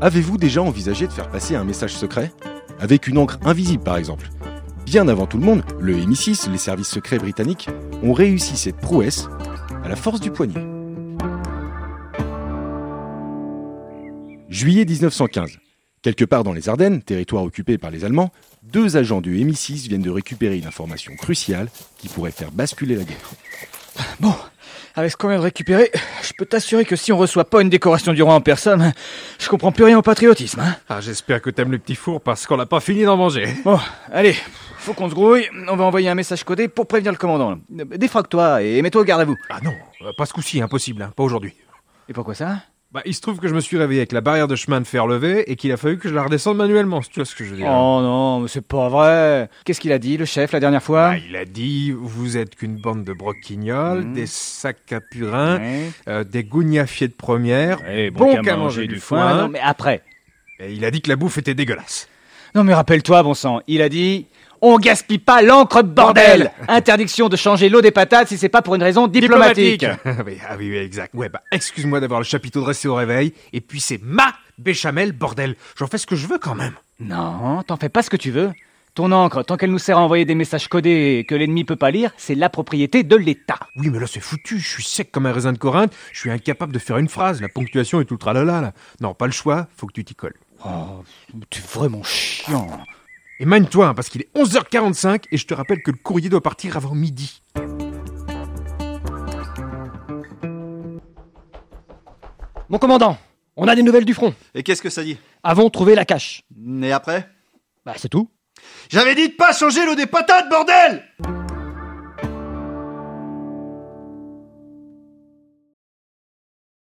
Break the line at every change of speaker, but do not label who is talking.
Avez-vous déjà envisagé de faire passer un message secret Avec une encre invisible par exemple. Bien avant tout le monde, le MI6, les services secrets britanniques, ont réussi cette prouesse à la force du poignet. Juillet 1915. Quelque part dans les Ardennes, territoire occupé par les Allemands, deux agents du MI6 viennent de récupérer une information cruciale qui pourrait faire basculer la guerre.
Bon, avec ce qu'on vient de récupérer, je peux t'assurer que si on reçoit pas une décoration du roi en personne, je comprends plus rien au patriotisme. Hein
Ah, j'espère que t'aimes le petit four parce qu'on n'a pas fini d'en manger.
bon, allez, faut qu'on se grouille. On va envoyer un message codé pour prévenir le commandant. Défraque-toi et mets-toi au garde à vous.
Ah non, euh, pas ce coup-ci, impossible, hein, pas aujourd'hui.
Et pourquoi ça
Bah, il se trouve que je me suis réveillé avec la barrière de chemin de fer levée et qu'il a fallu que je la redescende manuellement, si tu vois ce que je veux dire.
Oh non, mais c'est pas vrai. Qu'est-ce qu'il a dit, le chef, la dernière fois
Ah, il a dit, vous êtes qu'une bande de broquignoles,
Mhm.
des sacs à purin,
Ouais.
euh, des gougnafiers de première.
Eh,
bon qu'à manger du
Ah,
Hein
non, mais après.
Et il a dit que la bouffe était dégueulasse.
Non, mais rappelle-toi, bon sang. Il a dit. On gaspille pas l'encre, bordel Interdiction de changer l'eau des patates si c'est pas pour une raison diplomatique.
Ah oui, ah oui, oui, exact. Ouais, bah, excuse-moi d'avoir le chapiteau dressé au réveil. Et puis c'est ma béchamel, bordel. J'en fais ce que je veux quand même.
Non, t'en fais pas ce que tu veux. Ton encre, tant qu'elle nous sert à envoyer des messages codés que l'ennemi peut pas lire, c'est la propriété de l'État.
Oui, mais là, c'est foutu. Je suis sec comme un raisin de Corinthe. Je suis incapable de faire une phrase. La ponctuation est tout le tralala, là. Non, pas le choix. Faut que tu t'y colles.
Oh, t'es vraiment chiant.
Et magne-toi, hein, parce qu'il est 11h45 et je te rappelle que le courrier doit partir avant midi.
Mon commandant, on a des nouvelles du front.
Et qu'est-ce que ça dit
Avons trouvé la cache.
Et après
Bah, c'est tout.
J'avais dit de pas changer l'eau des patates, bordel